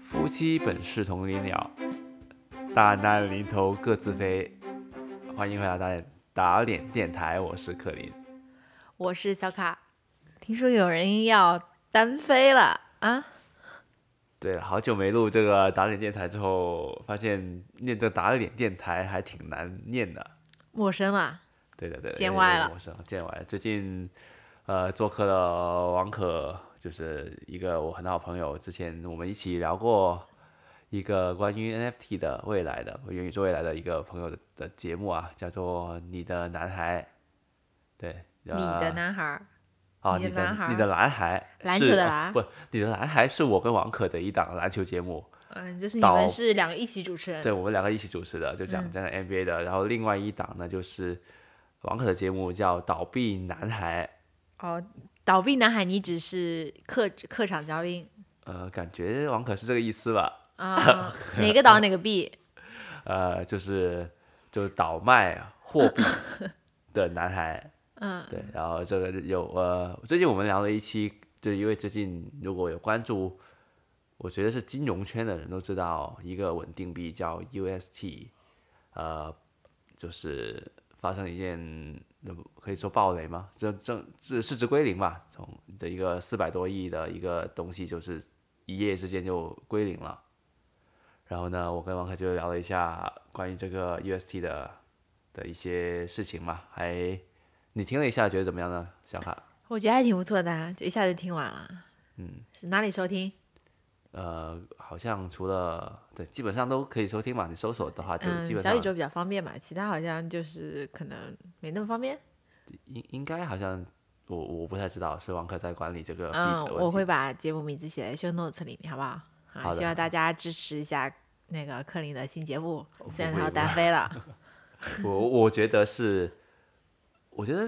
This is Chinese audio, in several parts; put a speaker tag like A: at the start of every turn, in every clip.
A: 夫妻本是同林鸟，大难临头各自飞。欢迎回到打脸打脸电台，我是克林。
B: 我是小卡。听说有人要单飞了啊？
A: 对了，好久没录这个打脸电台之后，发现念这个打脸电台还挺难念的。
B: 陌生了，
A: 对的，对的，
B: 见
A: 有点
B: 外了
A: 陌生，见外了。最近，呃，做客了王可，就是一个我很好朋友，之前我们一起聊过一个关于 NFT 的未来的元宇宙未来的一个朋友的的节目啊，叫做《你的男孩》。对，
B: 你
A: 呃
B: 的男孩儿，
A: 啊，
B: 你
A: 你
B: 的男
A: 的
B: 孩
A: 你的男孩是，
B: 篮球的
A: 啊
B: 篮
A: 不，你的男孩是我跟王可的一档篮球节目，
B: 嗯，就是你
A: 导
B: 们是两个一起主持人，
A: 对我们两个一起主持的，就
B: 嗯
A: 讲讲 NBA 的。然后另外一档呢，就是王可的节目叫《倒闭男孩》，
B: 哦，倒闭男孩，你只是客客场嘉宾
A: 呃，感觉王可是这个意思吧？
B: 啊，哪个倒哪个闭，
A: 呃，就是就是倒卖啊货币的男孩，
B: 嗯，
A: 对。然后这个有呃，最近我们聊了一期，就因为最近如果有关注，我觉得是金融圈的人都知道一个稳定币叫 UST，呃，就是发生了一件那不可以说暴雷吗？这正这市值归零吧，从的一个四百多亿的一个东西，就是一夜之间就归零了。然后呢，我跟王凯就聊了一下关于这个 UST 的的一些事情嘛，还你听了一下，觉得怎么样呢？小卡，
B: 我觉得还挺不错的啊，就一下子听完了，
A: 嗯，
B: 是哪里收听？
A: 呃，好像除了对，基本上都可以收听嘛。你搜索的话，就
B: 嗯
A: 基，本上、
B: 小宇宙比较方便吧，其他好像就是可能没那么方便，
A: 应应该好像我我不太知道，是王可在管理这个呃 feed
B: 嗯，
A: 的问
B: 我
A: 题
B: 会把节目名字写在 show notes 里面，好不好？
A: 好
B: 啊，
A: 的
B: 希
A: 好
B: 望大家支持一下那个克林的新节目，虽然他要
A: 哦不会
B: 单飞了，
A: 我我觉得是，我觉得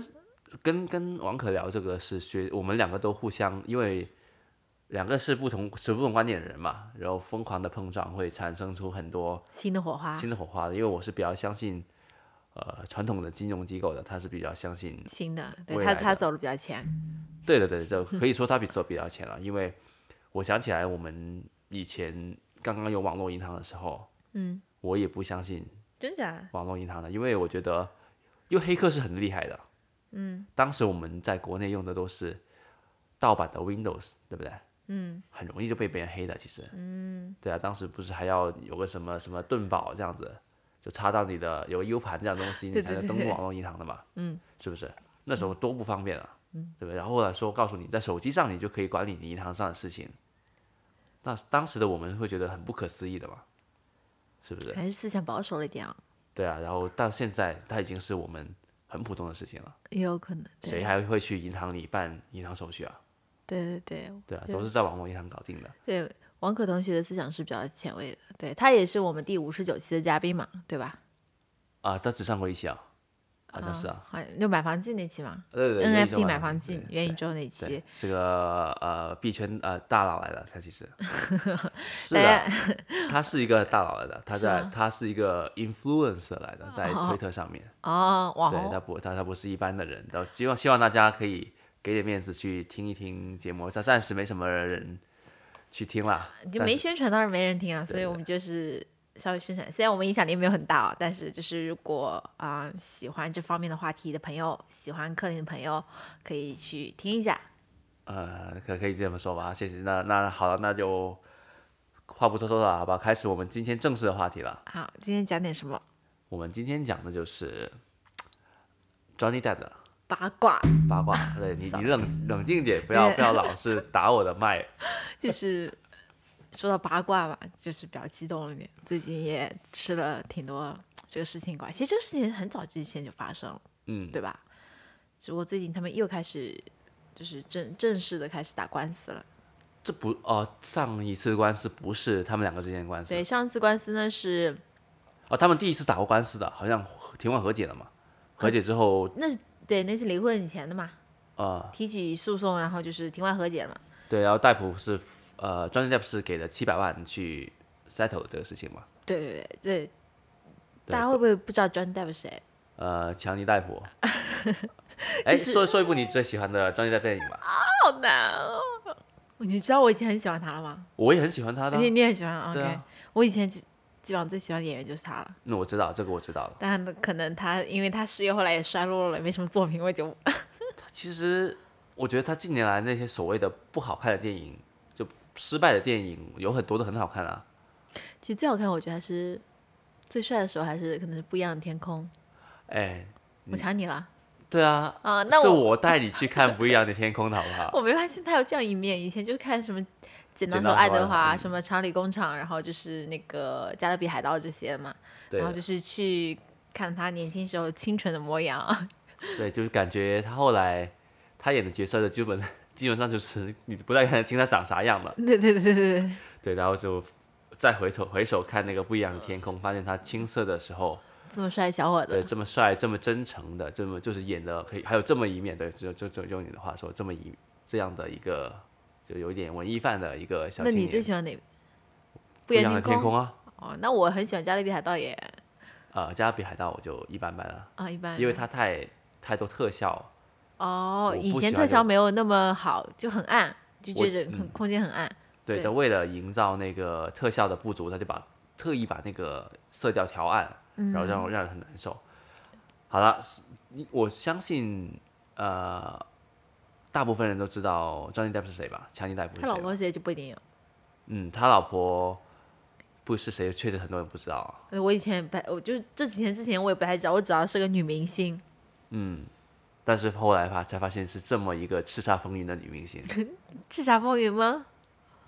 A: 跟跟王可聊这个是学，我们两个都互相，因为两个是不同持不同观点的人嘛，然后疯狂的碰撞会产生出很多
B: 新的火花，
A: 新的火花的。因为我是比较相信，呃，传统的金融机构的，他是比较相信，
B: 新的，对
A: 未
B: 他
A: 来
B: 他
A: 的
B: 走的比较前，
A: 对的对的，这可以说他比走比较前了。因为我想起来我们以前刚刚有网络银行的时候，
B: 嗯，
A: 我也不相信
B: 真假？
A: 网络银行的，因为我觉得，因为黑客是很厉害的。嗯，当时我们在国内用的都是盗版的 Windows，对不对？嗯，很容易就被别人黑的，其实。嗯，对啊，当时不是还要有个什么什么盾宝这样子，就插到你的有个 U 盘这样东 西，你
B: 对
A: 才
B: 对
A: 能
B: 对
A: 登录
B: 对
A: 网络银行的嘛。嗯， 是不是？那时候多不方便啊。嗯，对不对？然后后来说告诉你，在手机上你就可以管理你银行上的事情。那当时的我们会觉得很不可思议的嘛，是不是？
B: 还是思想保守了一点啊，
A: 对啊，然后到现在，它已经是我们很普通的事情了。
B: 也有可能。对
A: 谁还会去银行里办银行手续啊？
B: 对对
A: 对啊，
B: 对
A: 都是在网络银行搞定的。
B: 对对，王可同学的思想是比较前卫的，对他也是我们第五十九期的嘉宾嘛，对吧？
A: 啊，他只上过一期啊，好像是啊。
B: 嗯好像就买房记那期嘛
A: 对对对元宇宙
B: ，NFT
A: 买
B: 买
A: 房
B: 房
A: 记
B: 记
A: 对
B: 元宇宙那
A: 对
B: 期，，
A: 是个呃币圈呃大佬来的，他其 实是
B: 大
A: 的，
B: 家
A: 他是一个大佬来的，他
B: 哎是
A: 在
B: 吗
A: 他是一个 influencer 来的，在推特上面，
B: 哦，网
A: 对他
B: 红
A: 不他他不是一般的人，然后希望希望大家可以给点面子去听一听节目，他暂时没什么人去听啦，
B: 就
A: 但
B: 没
A: 是
B: 宣传，当然没人听啊，所以我们就是稍微宣传。虽然我们影响力没有很大哦，但是就是如果啊、喜欢这方面的话题的朋友，喜欢克林的朋友，可以去听一下。
A: 呃，可可以这么说吧，谢谢。那那好了，那就话不多说了，好吧，开始我们今天正式的话题了。
B: 好，今天讲点什么
A: 我们今天讲的就是 Johnny Depp 的
B: 八卦？
A: 八卦。对你，你冷冷静点，不要不要老是打我的麦。
B: 就是说到八卦吧，就是比较激动一点。最近也吃了挺多这个事情瓜，其实这个事情很早之前就发生了，
A: 嗯，
B: 对吧？只不过最近他们又开始就是正正式的开始打官司了。
A: 这不哦、上一次官司不是他们两个之间的官司
B: 对，上次官司呢是
A: 哦，他们第一次打过官司的，好像庭外和解了嘛。和解之后，
B: 那是对，那是离婚以前的嘛，
A: 呃，
B: 提起诉讼，然后就是庭外和解了嘛。
A: 对，然后戴普是呃，Johnny Depp 是给了七百万去 settle 这个事情嘛。
B: 对对对对，
A: 对
B: 大家会不会不知道 John Depp 是谁？
A: 呃，强尼戴普，哎，
B: 是
A: 说说一部你最喜欢的专业在电影吧，
B: 好难哦。你知道我以前很喜欢他了吗？
A: 我也很喜欢他的啊。
B: 你你也喜欢？OK，、
A: 对啊
B: 我以前基基本上最喜欢的演员就是他了，
A: 那我知道这个，我知道了。
B: 但可能他因为他事业后来也衰落了，没什么作品，我就
A: 其实我觉得他近年来那些所谓的不好看的电影，就失败的电影，有很多都很好看啊。
B: 其实最好看，我觉得还是最帅的时候，还是可能是不一样的天空。
A: 哎，
B: 我抢你了
A: 对啊，
B: 啊、那
A: 是
B: 我
A: 我带你去看不一样的天空的，好不 好？
B: 我没发现他有这样一面。以前就看什么《剪刀
A: 剪
B: 手
A: 刀
B: 爱
A: 手
B: 德
A: 爱
B: 华》
A: 嗯
B: 什么《查理工厂》，然后就是那个《加勒比海盗》这些嘛，
A: 对
B: 然后就是去看他年轻时候清纯的模样。啊
A: 对，就是感觉他后来他演的角色的基本上基本上就是你不太看得清他长啥样了。
B: 对对对对对，
A: 对，然后就再回头回首看那个不一样的天空，发现他青涩的时候，
B: 这么帅的小伙
A: 对，
B: 子，
A: 这么帅，这么真诚的，这么就是演的可以，还有这么一面，对，就就就用你的话说，这么一这样的一个，就有一点文艺范的一个小
B: 那
A: 青
B: 你
A: 年。
B: 最喜欢哪？
A: 不
B: 不
A: 一
B: 一
A: 样
B: 样
A: 的
B: 的
A: 天空啊，
B: 哦，那我很喜欢《加勒比海盗》也
A: 呃，加勒比海盗我就一般般了，
B: 啊，一般。
A: 因为它太太多特效，
B: 哦
A: 我，
B: 以
A: 不
B: 前
A: 喜
B: 特
A: 欢
B: 效
A: 有
B: 没有那么好，就很暗，就
A: 我嗯
B: 觉得很空间很暗。
A: 对，
B: 对
A: 但为了营造那个特效的不足，他就把特意把那个色调调暗，然后让
B: 嗯
A: 我让人很难受。好了，是你我相信呃，大部分人都知道 Johnny Depp 是谁吧？强尼戴普是
B: 他老
A: 谁吧？
B: 婆是谁就不一定有。
A: 嗯，他老婆不是谁，确实很多人不知道啊。
B: 呃我以前也不太，我就是这几天之前我也不太知道，我只要是个女明星，
A: 但是后来发才发现是这么一个叱咤风云的女明星，
B: 叱咤风云吗？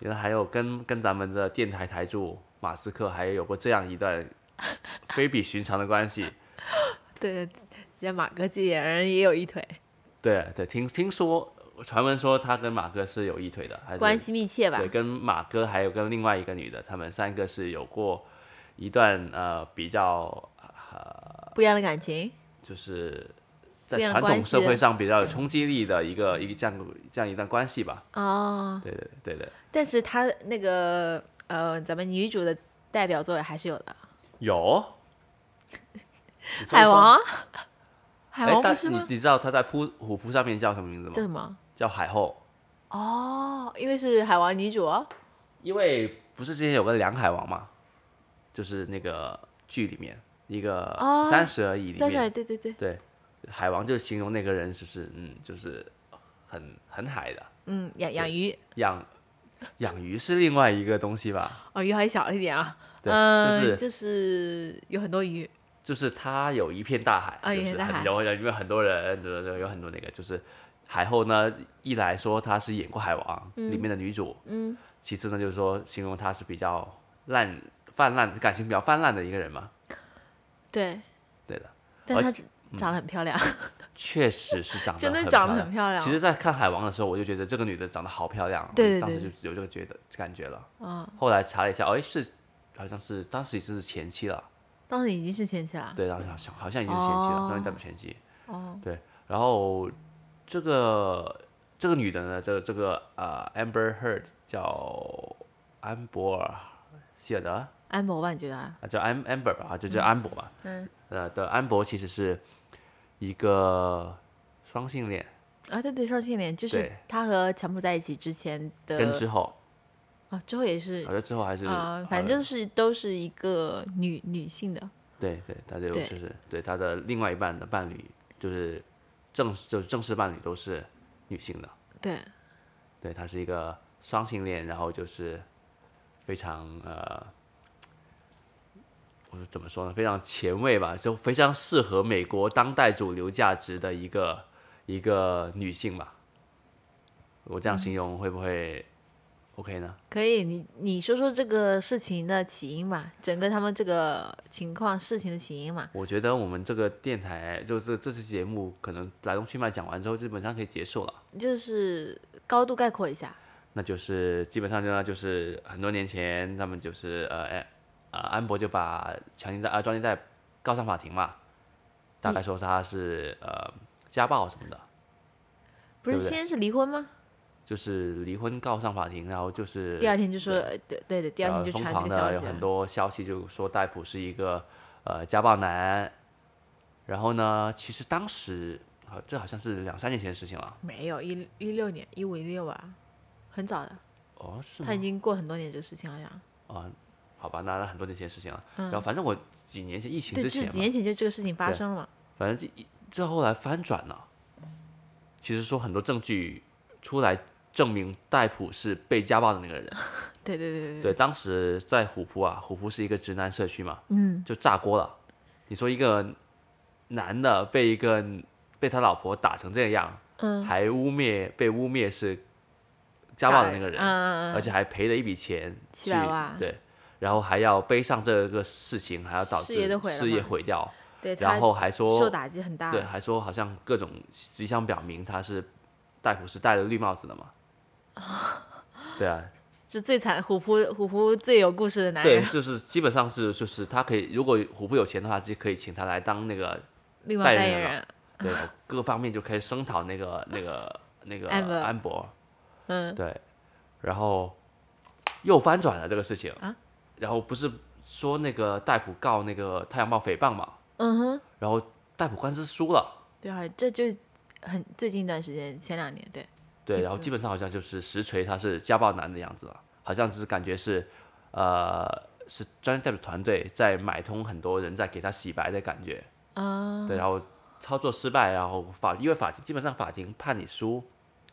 A: 原来还有跟跟咱们的电台台柱马斯克还有过这样一段非比寻常的关系。
B: 对，人家马哥这演人也有一腿，
A: 对对，听听说传闻说他跟马哥是有一腿的，还是
B: 关系密切吧
A: 对，？跟马哥还有跟另外一个女的，他们三个是有过一段呃比较
B: 不一样的感情，
A: 就是在
B: 这样
A: 传
B: 的
A: 统
B: 关
A: 社
B: 系
A: 会上比较有冲击力的一个一个这样这样一段关系吧。
B: 哦。
A: 对对对对，
B: 但是他那个呃，咱们女主的代表作还是有的，
A: 有。你说一
B: 海
A: 说，
B: 王， 海
A: 哎
B: 王不
A: 但
B: 是吗？
A: 你你知道他在扑虎扑上面叫什么名字
B: 叫
A: 吗？
B: 什么？
A: 叫海后，
B: 哦，因为是海王女主哦。
A: 因为不是之前有个梁海王嘛，就是那个剧里面一个
B: 哦
A: 《三十而已》里
B: 算
A: 面，
B: 算，对对对，
A: 对，海王就形容那个人是不是嗯，就是很很海的，
B: 嗯，养养鱼，
A: 养养鱼是另外一个东西吧？
B: 哦，鱼还小一点啊。
A: 对，
B: 嗯，
A: 就是
B: 就是有很多鱼，
A: 就是他有一片大海，
B: 啊
A: 就
B: 有一片
A: 是
B: 大
A: 很
B: 海
A: 有里面很多人，对对对有很多那个就是海后呢，一来说她是演过海王、里面的女主，嗯，其次呢就是说形容她是比较烂泛滥感情比较泛滥的一个人嘛，
B: 对，
A: 对的，
B: 但
A: 而
B: 她长得很漂亮，
A: 确实是长得
B: 真的
A: 很
B: 长
A: 漂
B: 得
A: 亮
B: 很漂亮。
A: 其实，在看海王的时候，我就觉得这个女的长得好漂亮啊，
B: 对对哦
A: 当时
B: 对
A: 就有这个觉得感觉了。嗯，后来查了一下，哎，是好像是当时已经是前妻了，
B: 当时已经是前妻了。
A: 对，当时好像好像已经是前妻了，
B: 哦
A: 当时代表前妻。
B: 哦，
A: 对，然后这个这个女的呢，这个这个呃，Amber Heard 叫安博尔希尔德，
B: 安博吧，你觉得啊？
A: 啊，叫安 amber 吧，啊就叫安博吧。嗯。呃，的安博其实是一个双性恋，
B: 啊，对对，双性恋就是
A: 对
B: 他和强普在一起之前
A: 跟
B: 的
A: 之后，
B: 啊，之后也是
A: 好像之后还是呃
B: 啊，
A: 好
B: 反
A: 像
B: 正就是都是一个女女性的，
A: 对对，他就
B: 对
A: 是对他的另外一半的伴侣，就是正就是正式伴侣都是女性的。
B: 对，
A: 对他是一个双性恋，然后就是非常呃，我怎么说呢？非常前卫吧，就非常适合美国当代主流价值的一个一个女性吧。我这样形容会不会 OK 呢？
B: 可以，你你说说这个事情的起因吧，整个他们这个情况事情的起因嘛，
A: 我觉得我们这个电台就这这期节目可能来龙去脉讲完之后，基本上可以结束了。
B: 就是高度概括一下，
A: 那就是基本上呢，就是很多年前他们就是呃哎呃安博就把强奸带啊庄尼带告上法庭嘛，大
B: 嗯
A: 概说他是呃家暴什么的，
B: 不是
A: 对不对
B: 先是离婚吗？
A: 就是离婚告上法庭，然后就是
B: 第二天就说，呃对对对，第二
A: 呃
B: 天就
A: 疯
B: 传这
A: 狂
B: 个
A: 的
B: 消
A: 有
B: 息
A: 很
B: 了，
A: 多消息就说戴普是一个呃家暴男，然后呢，其实当时好，这好像是两三年前的事情了。
B: 没有一一六年一五一六吧，很早的，
A: 哦，是吗
B: 他？已经过了很多年这个事情好像。
A: 啊，好吧，那那很多年前的事情了。然后反正我几年前疫情
B: 嗯对，
A: 之
B: 就是
A: 前
B: 几
A: 嘛，
B: 年前就这个事情发
A: 对
B: 生了嘛。
A: 反正这一这后来翻转了。其实说很多证据出来证明戴普是被家暴的那个人。
B: 对对对对
A: 对，当时在虎扑啊，虎扑是一个直男社区嘛，嗯，就炸锅了。你说一个男的被一个被他老婆打成这样，嗯，还污蔑被污蔑是家暴的那个人，
B: 嗯嗯
A: 而且还赔了一笔钱，
B: 七百
A: 去
B: 万
A: 对，然后还要背上这个事情，还要导致
B: 事业都毁了
A: 事业
B: 嘛
A: 毁掉，
B: 对，他
A: 然后还说
B: 受打击很大。
A: 对，还说好像各种迹象表明他是戴普是戴了绿帽子的 嘛，对啊，
B: 是最惨虎扑虎扑最有故事的男
A: 对，
B: 人，
A: 就是基本上是就是他可以，如果虎扑有钱的话，就可以请他来当那个
B: 另外
A: 代
B: 代
A: 言
B: 言
A: 人
B: 人，
A: 对各方面就开始声讨那个那个那个
B: 安博
A: 安博，
B: 嗯，
A: 对，然后又翻转了这个事情
B: 啊，
A: 然后不是说那个戴普告那个太阳报诽谤嘛，
B: 嗯哼，
A: 然后戴普官司输了，
B: 对啊，这就很最近一段时间，前两年对，
A: 对，然后
B: 嗯
A: 基本上好像就是实锤他是家暴男的样子了，好像只是感觉是呃是专业代表团队在买通很多人，在给他洗白的感觉。
B: 啊，
A: 对，然后操作失败，然后法因为法庭基本上法庭判你输，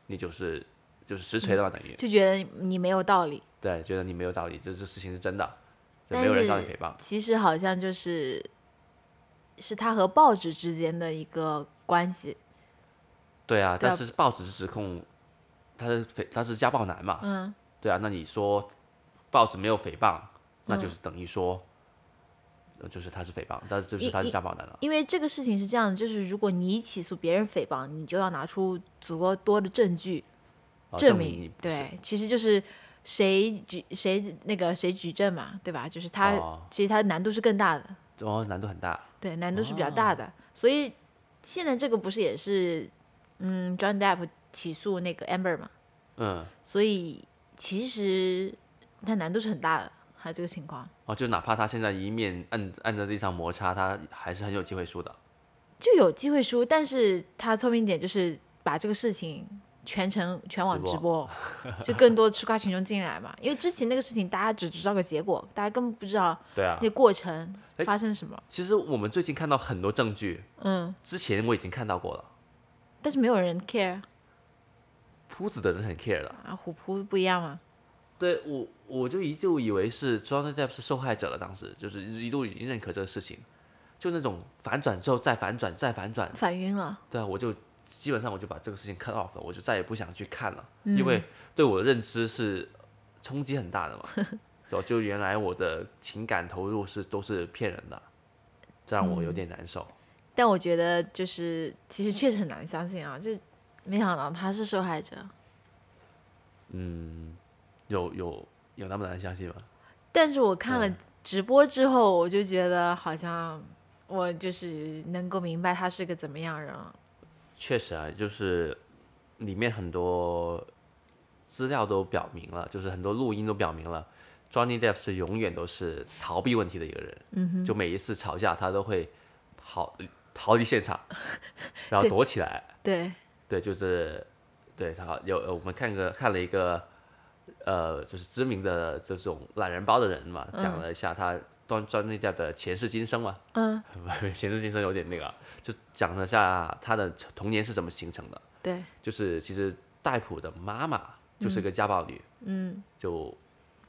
A: 你就是就是实锤的嘛，等于
B: 就觉得你没有道理。
A: 对，觉得你没有道理，这这事情是真的，这
B: 但
A: 没有人告你
B: 是
A: 诽谤，
B: 其实好像就是是他和报纸之间的一个关系，
A: 对啊，
B: 对啊
A: 但是报纸是指控他是诽他是家暴男嘛，
B: 嗯，
A: 对啊，那你说报纸没有诽谤，
B: 嗯
A: 那就是等于说。呃就是他是诽谤，但是就是
B: 一
A: 他是
B: 一
A: 家暴男了。
B: 因为这个事情是这样的，就是如果你起诉别人诽谤，你就要拿出足够多的证据
A: 啊
B: 证
A: 明你不是
B: 对，其实就是谁举谁那个谁举证嘛，对吧？就是他、
A: 哦
B: 其实他难度是更大的，
A: 哦，难度很大。
B: 对，难度是比较
A: 哦
B: 大的。所以现在这个不是也是，嗯，John Depp 起诉那个 Amber 嘛，
A: 嗯，
B: 所以其实它难度是很大的，他这个情况。
A: 哦，就哪怕他现在一面按按在地上摩擦，他还是很有机会输的。
B: 就有机会输，但是他聪明点就是把这个事情全程全网直
A: 直
B: 播，就更多吃瓜群众进来嘛。因为之前那个事情，大家只知道个结果，大家根本不知道
A: 对啊
B: 那过程
A: 哎
B: 发生什么，
A: 其实我们最近看到很多证据，
B: 嗯，
A: 之前我已经看到过了，
B: 但是没有人 care
A: 铺子的人很 care 的。
B: 啊。虎扑不一样嘛，
A: 对我，我就一度以为是 Johnny Depp 是受害者了，当时就是一度已经认可这个事情，就那种反转之后再反转再反转，
B: 反晕了。
A: 对啊，我就基本上我就把这个事情 cut off 了，我就再也不想去看了，因为对我的认知是冲击很大的嘛，就 就原来我的情感投入是都是骗人的，这让我有点难受。
B: 但我觉得就是其实确实很难相信啊，就没想到他是受害者。
A: 有有有那么难相信吗？
B: 但是我看了直播之后，我就觉得好像我就是能够明白他是个怎么样人了。
A: 确实啊，就是里面很多资料都表明了，就是很多录音都表明了，Johnny Depp 是永远都是逃避问题的一个人。嗯哼，就每一次吵架，他都会跑逃离现 场，然后
B: 对
A: 躲起来。
B: 对，
A: 对，就是对他有呃我们看个看了一个呃，就是知名的这种懒人包的人嘛，讲了一下他 Don- Johnny Depp 的前世今生嘛。
B: 嗯，
A: 前世今生有点那个啊，就讲了下他的童年是怎么形成的。
B: 对，
A: 就是其实戴普的妈妈就是个家暴女，嗯，就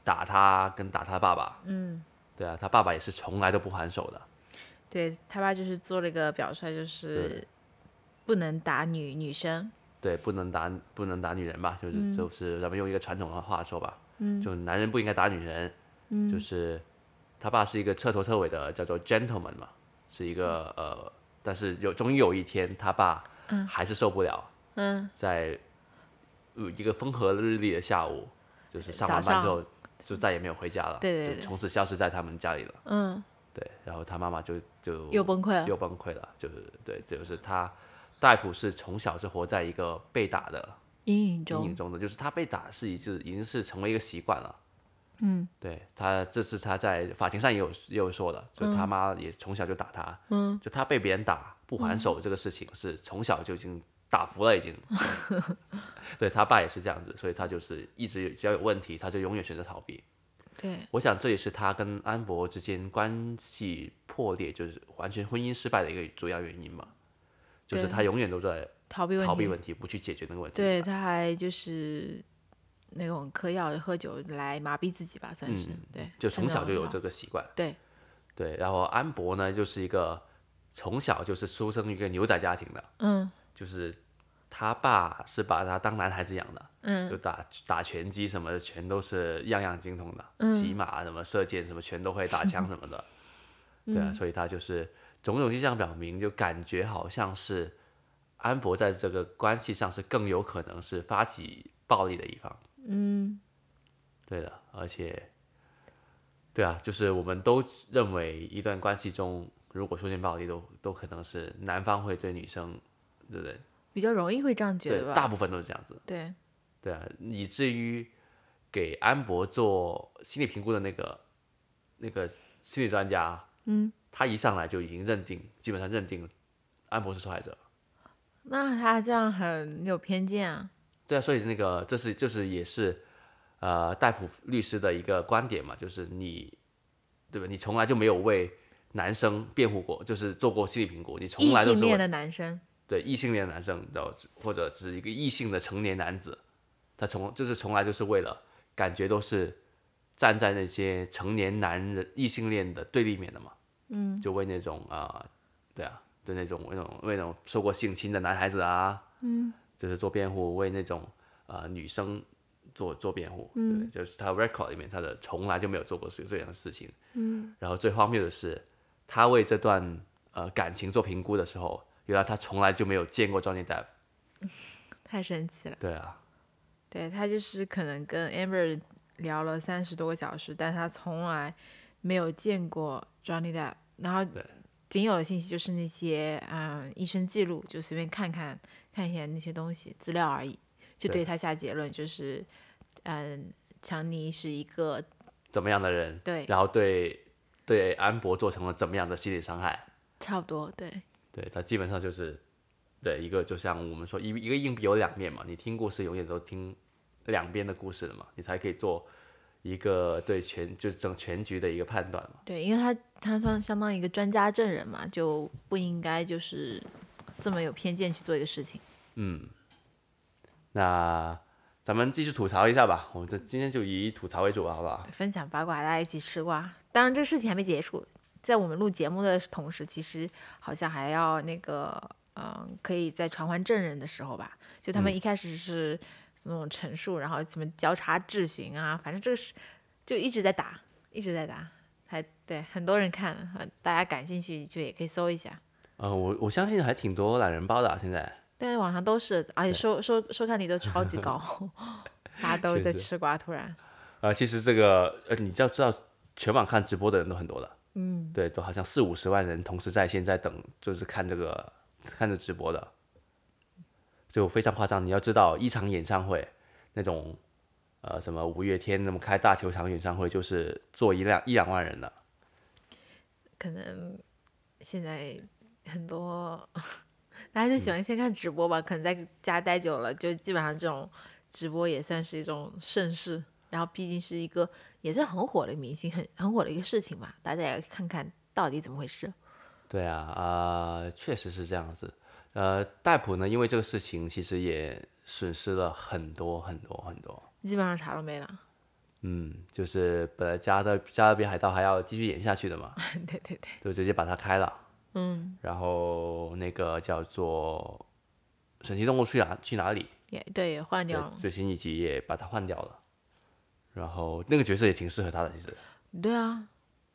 A: 打他跟打他爸爸，嗯，对啊，他爸爸也是从来都不还手的，
B: 对他爸就是做了一个表率，就是不能打女女生。
A: 对，不能打不能打女人吧，就是、
B: 嗯
A: 就是咱们用一个传统的话说吧，嗯，就男人不应该打女人，嗯，就是他爸是一个彻头彻尾的叫做 gentleman 嘛，是一个、呃，但是有终于有一天他爸还是受不了，嗯，在呃一个风和日丽的下午，就是上完
B: 早
A: 班之
B: 上
A: 后就再也没有回家了，
B: 对对
A: 就
B: 对
A: 从此消失在他们家里了，
B: 嗯，
A: 对，然后他妈妈就就
B: 又崩溃了。
A: 又崩溃了，就是对，就是他戴普是从小是活在一个被打的
B: 阴影
A: 阴
B: 中
A: 影，中的，就是他被打是已经已经是成为一个习惯了。嗯，对他这
B: 嗯
A: 次他在法庭上也有也有说的，就是他妈也从小就打他，嗯，就他被别人打不不还手这个事情是从小就已经打服了，已 经。对他爸也是这样子，所以他就是一直有只要有问题，他就永远选择逃避。
B: 对，
A: 我想这也是他跟安博之间关系破裂，就是完全婚姻失败的一个主要原因嘛，就是
B: 对
A: 他永远都在
B: 逃避问题，
A: 逃避问题，不去解决那个问题。
B: 对，他还就是那种嗑药、喝酒来麻痹自己吧，算是、
A: 嗯
B: 对，
A: 就是从
B: 的
A: 小就有
B: 很
A: 这
B: 好
A: 个习惯。
B: 对
A: 对，然后安博呢，就是一个从小就是出生于一个牛仔家庭的，
B: 嗯
A: 就是他爸是把他当男孩子养的，
B: 嗯
A: 就打打拳击什么的，全都是样样精通的，
B: 嗯
A: 骑马什么、射箭什么全都会，打枪什么 的，对
B: 嗯
A: 啊，所以他就是种种迹象表明，就感觉好像是安博在这个关系上是更有可能是发起暴力的一方，
B: 嗯，
A: 对的，而且，对啊，就是我们都认为一段关系中如果出现暴力都，都可能是男方会对女生，对不对？
B: 比较容易会这样觉得
A: 对，
B: 吧？
A: 大部分都是这样子。
B: 对，
A: 对啊，以至于给安博做心理评估的那个那个心理专家，嗯，他一上来就已经认定，基本上认定安博是受害者。
B: 那他这样很有偏见啊。
A: 对啊，所以那个这是就是也是呃戴普律师的一个观点嘛，就是你对吧？你从来就没有为男生辩护过，就是做过心理评估，你从
B: 异
A: 来都
B: 性
A: 是
B: 恋
A: 为
B: 的男生，
A: 对异性恋男生，然后或者只是一个异性的成年男子，他从就是从来就是为了感觉都是站在那些成年男人异性恋的对立面的嘛，嗯，就为那种啊、对啊，对那种为那种为那种受过性侵的男孩子啊，嗯，就是做辩护，为那种呃女生做做辩护，嗯，就是他 record 里面他的从来就没有做过这这样的事情，嗯，然后最荒谬的是，他为这段呃感情做评估的时候，原来他从来就没有见过 Johnny Depp，
B: 太神奇了。
A: 对啊，
B: 对他就是可能跟 Amber 聊了三十多个小时，但他从来没有见过 Johnny Depp，然后
A: 对
B: 仅有的信息就是那些嗯医生记录，就随便看看看一下那些东西资料而已，就
A: 对
B: 对他下结论就是嗯强尼是一个
A: 怎么样的人，
B: 对
A: 然后对对安博做成了怎么样的心理伤害，
B: 差不多对
A: 对他基本上就是对一个就像我们说一一个硬币有两面嘛，你听故事永远都听两边的故事的嘛，你才可以做一个对全就是整全局的一个判断嘛，
B: 对，因为他他算相当于一个专家证人嘛，就不应该就是这么有偏见去做一个事情。
A: 嗯那。咱们继续吐槽一下吧，我们这今天就以吐槽为主，好不好？
B: 分享八卦，大家一起吃瓜。当然，这个事情还没结束，在我们录节目的同时，其实好像还要那个，嗯，可以在传唤证人的时候吧，就他们一开始是那种陈述，然后什么交叉质询啊，反正这个是就一直在打，一直在打，还对很多人看，呃大家感兴趣就也可以搜一下。
A: 呃，我我相信还挺多懒人包的啊、现在
B: 但是网上都是，而且收收收看率都超级高， 大家都
A: 是
B: 在
A: 是
B: 吃瓜。突然，
A: 呃，其实这个呃，你要知道，全网看直播的人都很多的，嗯，对，都好像四五十万人同时在线在等，就是看这个看着直播的，就非常夸张。你要知道，一场演唱会那种呃什么五月天那么开大球场演唱会，就是坐一两一两万人的，
B: 可能现在很多大家就
A: 嗯
B: 喜欢先看直播吧，可能在家待久了，就基本上这种直播也算是一种盛事。然后毕竟是一个也是很火的明星，很很火的一个事情嘛，大家也看看到底怎么回事。
A: 对啊，啊、确实是这样子。呃，戴普呢，因为这个事情其实也损失了很多很多很多。
B: 基本上啥都没了。
A: 嗯，就是本来加勒加勒比海盗还要继续演下去的嘛，
B: 对对对，
A: 就直接把它开了。
B: 嗯，
A: 然后那个叫做《神奇动物去哪去哪里
B: 也对，也换》掉
A: 的
B: 了。
A: 最新一集也把它换掉了。然后那个角色也挺适合他的，其实。
B: 对啊，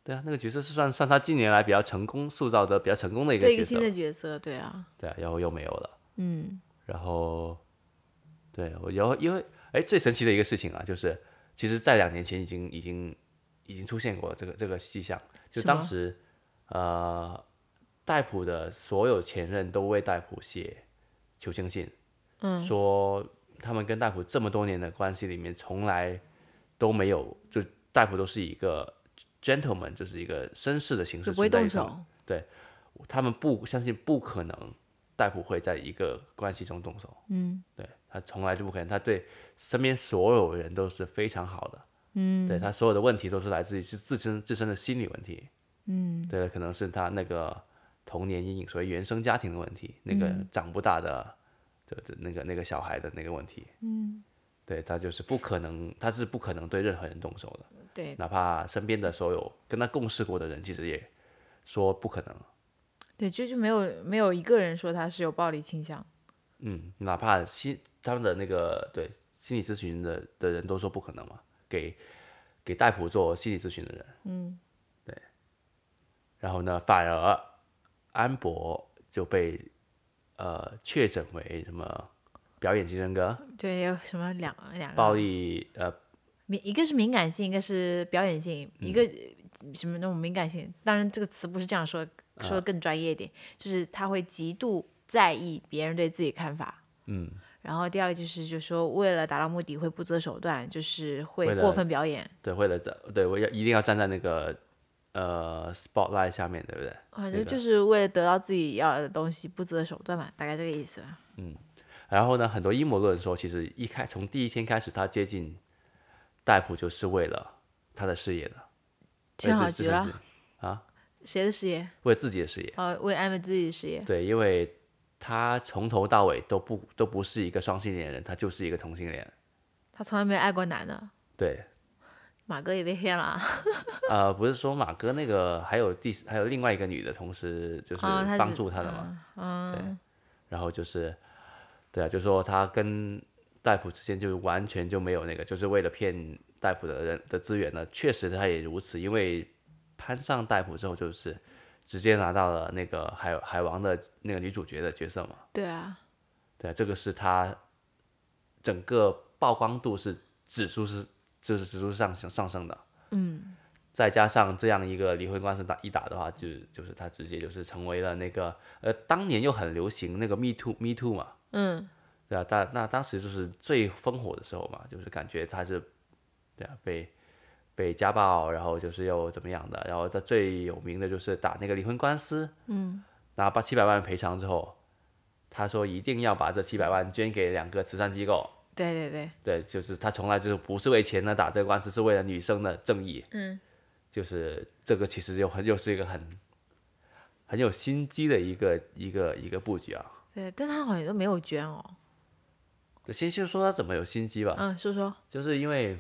A: 对啊，那个角色是算算他近年来比较成功塑造的比较成功的一个
B: 对一
A: 角
B: 个
A: 色
B: 新
A: 吧。
B: 的角色，对啊，
A: 对啊，然后又没有了。
B: 嗯，
A: 然后，对我然后因为哎，最神奇的一个事情啊，就是其实，在两年前已经已经已经出现过这个这个迹象，就是
B: 吗
A: 当时呃，戴普的所有前任都为戴普写求情信，嗯，说他们跟戴普这么多年的关系里面，从来都没有就戴普都是一个 gentleman，就是一个绅士的形式
B: 就不会
A: 存在于
B: 动
A: 他们
B: 手。
A: 他们不相信不可能戴普会在一个关系中动手，
B: 嗯
A: 对他从来就不可能，他对身边所有人都是非常好的，嗯，对他所有的问题都是来自于是自身自身的心理问题，
B: 嗯
A: 对，可能是他那个童年阴影，所谓原生家庭的问题，那
B: 嗯
A: 个长不大的，就就那个那个小孩的那个问题，
B: 嗯，
A: 对他就是不可能，他是不可能对任何人动手的，
B: 对
A: 哪怕身边的所有跟他共事过的人，其实也说不可能，
B: 对，就就没有没有一个人说他是有暴力倾向。
A: 嗯，哪怕心他们的那个对心理咨询的的人都说不可能嘛，给给戴普做心理咨询的人，嗯，对，然后呢，反而安博就被呃确诊为什么表演型人格、
B: 对，有什么两两个
A: 暴力呃
B: 敏，一个是敏感性，一个是表演性，一个
A: 嗯
B: 呃什么那种敏感性。当然，这个词不是这样说，
A: 啊
B: 说的更专业一点，就是他会极度在意别人对自己看法。
A: 嗯，
B: 然后第二个就是，就是说为了达到目的会不择手段，就是会
A: 为了
B: 过分表演，
A: 对，为了对我要一定要站在那个呃 spotlight 下面，对不对？
B: 反
A: 对
B: 正
A: 的
B: 就是为了得到自己要的东西不择手段嘛，大概这个意思吧。
A: 然后呢，很多阴谋论说，其实一开从第一天开始，他接近戴普就是为了他的事业的，
B: 劝好
A: 为自
B: 局了
A: 自啊，
B: 谁的事业？
A: 为自己的事业。
B: 呃，为安慰自己的事业。
A: 对，因为他从头到尾都不都不是一个双性恋人，他就是一个同性恋。
B: 他从来没有爱过男的，
A: 对，
B: 马哥也被骗了啊！
A: 呃，不是说马哥那个还有第还有另外一个女的，同时就是
B: 啊他
A: 帮
B: 只
A: 助他的嘛。
B: 嗯，
A: 然后就是，对啊，就说他跟戴普之间就完全就没有那个，就是为了骗戴普的人的资源呢。确实他也如此，因为攀上戴普之后，就是直接拿到了那个海海王的那个女主角的角色嘛。
B: 对啊，
A: 对啊，这个是他整个曝光度是指数是就是指数上上上升的。
B: 嗯，
A: 再加上这样一个离婚官司打一打的话，就就是他直接就是成为了那个呃，当年又很流行那个 Me Too Me Too 嘛，
B: 嗯，
A: 对啊，但那当时就是最烽火的时候嘛，就是感觉他是，对啊，被被家暴，然后就是又怎么样的，然后他最有名的就是打那个离婚官司，嗯，拿八七百万赔偿之后，他说一定要把这七百万捐给两个慈善机构，
B: 对对对，
A: 对，就是他从来就是不是为钱的打这个官司，是为了女生的正义，
B: 嗯，
A: 就是这个其实又很又是一个很很有心机的一个一个一个布局啊，
B: 对，但他好像都没有捐哦。
A: 就先先说他怎么有心机吧，
B: 嗯，说说，
A: 就是因为，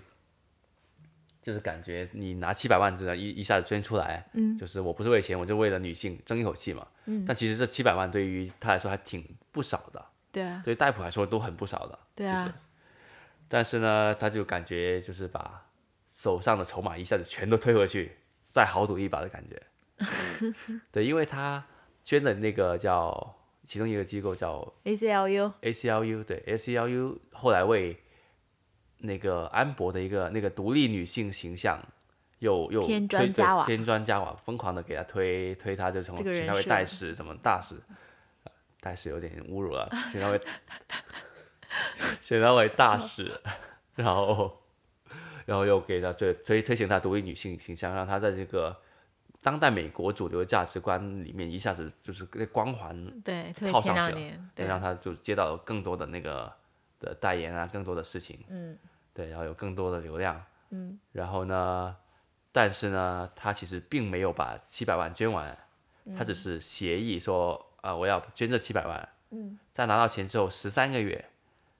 A: 就是感觉你拿七百万这样一一下子捐出来，嗯，就是我不是为钱，我就为了女性争一口气嘛，嗯，但其实这七百万对于他来说还挺不少的，
B: 对啊，
A: 对于戴普来说都很不少的，
B: 对
A: 就是
B: 啊，
A: 但是呢，他就感觉就是把手上的筹码一下子全都推回去，再豪赌一把的感觉，对，因为他捐的那个叫其中一个机构叫
B: ACLU，
A: ACLU 对 ACLU 后来为那个安博的一个那个独立女性形象又又
B: 添
A: 推
B: 砖加瓦
A: 对添砖加瓦，疯狂的给她推推她，就从
B: 这个人
A: 请她为
B: 设
A: 大使，什么大使，呃大使有点侮辱了，请她为 请她为大使，然后然后又给她推推推行她独立女性形象，让她在这个。当代美国主流价值观里面，一下子就是那光环
B: 对，特别
A: 套上
B: 前两
A: 去了
B: 年，
A: 对，
B: 对，
A: 让他就接到更多的那个的代言啊，更多的事情，
B: 嗯，
A: 对，然后有更多的流量，
B: 嗯，
A: 然后呢，但是呢，他其实并没有把七百万捐完，他只是协议说啊、我要捐这七百万，嗯，在拿到钱之后十三个月，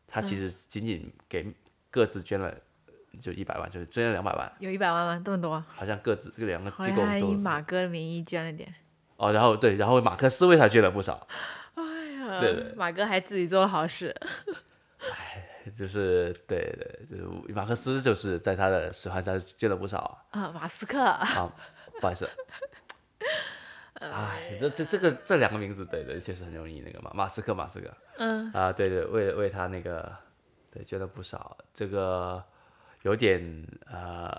A: 他其实仅仅给各自捐了就一百万，就是捐了两百万，
B: 有一百万吗？这么多，
A: 好像各自这两个
B: 好
A: 机
B: 像
A: 构
B: 还以
A: 都
B: 马哥的名义捐了点。
A: 哦，然后对，然后马克思为他捐了不少，对
B: 嗯
A: 对
B: 马哥还自己做了好事。
A: 就是对对，就是马克思就是在他的使唤下捐了不少啊
B: 啊，马斯克，
A: 啊，不好意思， 哎，这这这个这两个名字，对对，确实很容易那个嘛，马斯克马斯克，
B: 嗯，
A: 啊，对对，为为他那个对捐了不少，这个有点呃，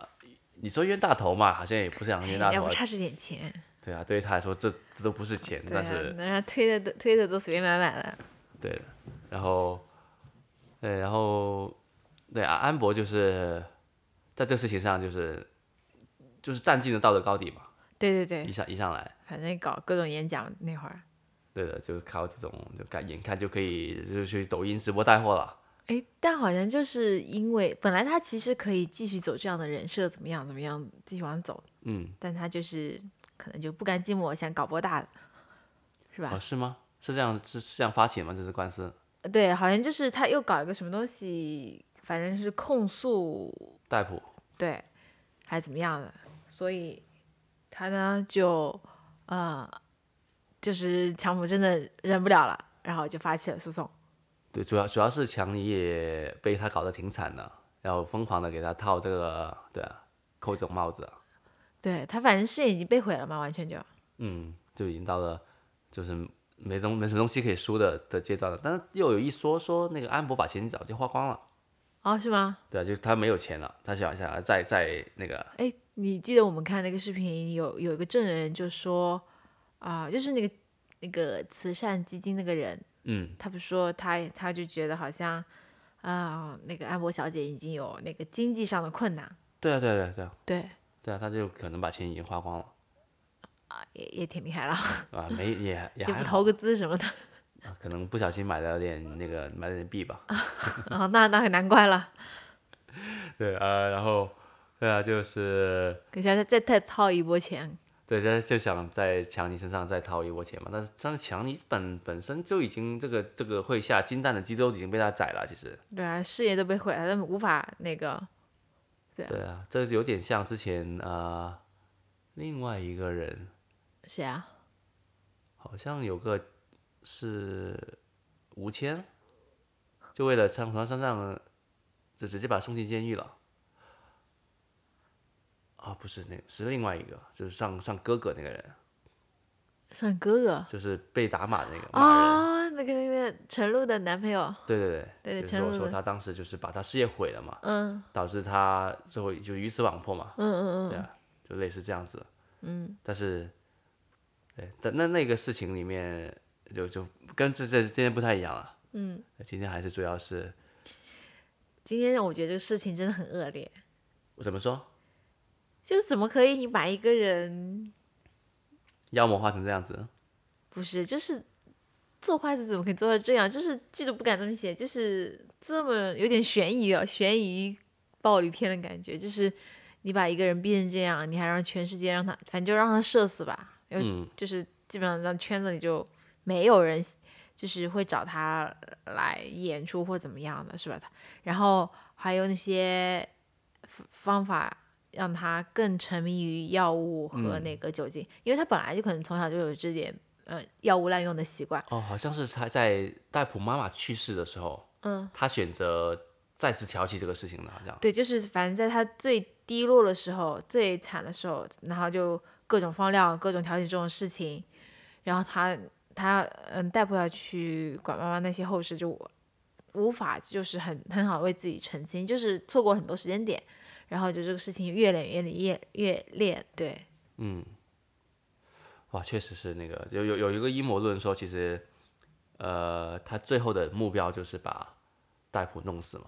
A: 你说冤大头嘛，好像也不是想冤大
B: 哎要
A: 头
B: 不
A: 啊，
B: 差这点钱，
A: 对啊，对于他来说这这都不是钱，
B: 对
A: 但
B: 啊
A: 是，
B: 人家推的都推的都随便买买了。
A: 对的，然后，对，然后，对啊，安博就是在这事情上就是就是占尽了道德高地嘛，
B: 对对对
A: 一，上一上来，
B: 反正搞各种演讲那会儿，
A: 对的，就靠这种就看眼看就可以就去抖音直播带货了。
B: 哎，但好像就是因为本来他其实可以继续走这样的人设，怎么样怎么样，继续往上走，
A: 嗯，
B: 但他就是可能就不甘寂寞，想搞波大的，是吧
A: 哦，？是吗？是这样是是这样发起吗？这次官司
B: 呃对，好像就是他又搞了个什么东西，反正是控诉，
A: 戴普
B: 对，还是怎么样的，所以他呢就呃，就是强普真的忍不了了，然后就发起了诉讼。
A: 对，主要主要是强尼也被他搞得挺惨的，然后疯狂的给他套这个，对啊，扣这种帽子啊，
B: 对他反正事业已经被毁了嘛，完全就
A: 嗯，就已经到了就是没东没什么东西可以输的的阶段了。但是又有一说说那个安博把钱早就花光了，
B: 哦是吗？
A: 对啊，就是他没有钱了，他想想要再再那个，
B: 哎，你记得我们看那个视频，有有一个证人就说啊、就是那个那个慈善基金那个人，
A: 嗯，
B: 他不是说他他就觉得好像啊、那个安博小姐已经有那个经济上的困难，
A: 对啊，对啊，对啊，对啊，
B: 对，
A: 对啊，他就可能把钱已经花光了
B: 啊也也挺厉害了，
A: 啊，没也也
B: 也不
A: 还好
B: 投，个资什么的，
A: 啊可能不小心买了点那个买了点币 吧。
B: 啊、那那难怪了，
A: 对啊，然后对啊，就是
B: 可想再再再操一波钱，
A: 对，他就想在强尼身上再掏一波钱嘛。但是，但是强尼本本身就已经这个这个会下金蛋的鸡都已经被他宰了，其实。
B: 对啊，事业都被毁了，他们无法那个，对
A: 对啊，这有点像之前呃，另外一个人
B: 谁啊？
A: 好像有个是吴谦，就为了上床上上，就直接把他送进监狱了。啊，不是那个，是另外一个，就是上上哥哥那个人，
B: 算哥哥
A: 就是被打码的那个马人。
B: 啊、那个那个陈露的男朋友，
A: 对对对，
B: 对
A: 就是
B: 陈
A: 说
B: 露
A: 说
B: 的
A: 他当时就是把他事业毁了嘛，
B: 嗯。
A: 导致他最后就鱼死网破嘛，
B: 嗯嗯
A: 对
B: 嗯，
A: 啊，就类似这样子。
B: 嗯，
A: 但是，对，但那那个事情里面就就跟这这今天不太一样了。嗯，今天还是主要是
B: 今天我觉得这个事情真的很恶劣，
A: 我怎么说，
B: 就是怎么可以你把一个人
A: 妖魔化成这样子，
B: 不是就是做坏事怎么可以做到这样？就是剧都不敢这么写，就是这么有点悬疑啊，悬疑暴力片的感觉，就是你把一个人逼成这样，你还让全世界让他，反正就让他社死吧，因为
A: 嗯，
B: 就是基本上让圈子里就没有人就是会找他来演出或怎么样的，是吧？他然后还有那些方方法让他更沉迷于药物和那个酒精，因为他本来就可能从小就有这点呃药物滥用的习惯。
A: 哦，好像是他在戴普妈妈去世的时候，
B: 嗯，
A: 他选择再次挑起这个事情了，好像。
B: 对，就是反正在他最低落的时候、最惨的时候，然后就各种放料、各种挑起这种事情，然后他他嗯带不要去管妈妈那些后事，就无法就是很很好为自己澄清，就是错过很多时间点，然后就这个事情越演越烈越烈，对，
A: 嗯哇，确实是那个有有有一个阴谋论说，其实，呃，他最后的目标就是把戴普弄死嘛，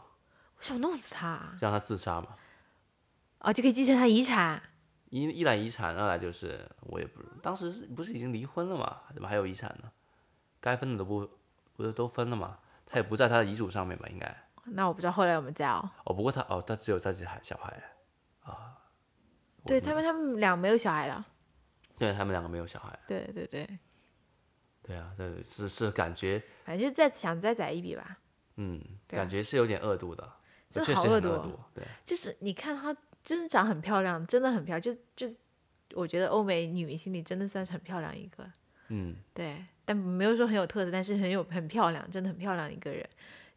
B: 为什么弄死他啊？
A: 就让他自杀嘛。
B: 哦，就可以继承他遗产，
A: 一一来遗产，二来就是我也不当时是不是已经离婚了嘛，怎么还有遗产呢？该分的都不不是都分了嘛，他也不在他的遗嘱上面吧？应该
B: 那我不知道后来有没有在哦。
A: 哦，不过他哦，他只有自己孩小孩，
B: 对他们，他们俩没有小孩了。
A: 对他们两个没有小孩。
B: 对对对，
A: 对啊，这是是感觉
B: 反正就再想再宰一笔吧。
A: 嗯，
B: 对啊
A: 感觉是有点恶毒的，
B: 这
A: 确
B: 好
A: 实
B: 恶
A: 很
B: 毒
A: 恶
B: 哦
A: 毒。对，
B: 就是你看她真的长很漂亮，真的很漂亮，就就我觉得欧美女明星里真的算是很漂亮一个，
A: 嗯，
B: 对，但没有说很有特色，但是很有很漂亮，真的很漂亮一个人，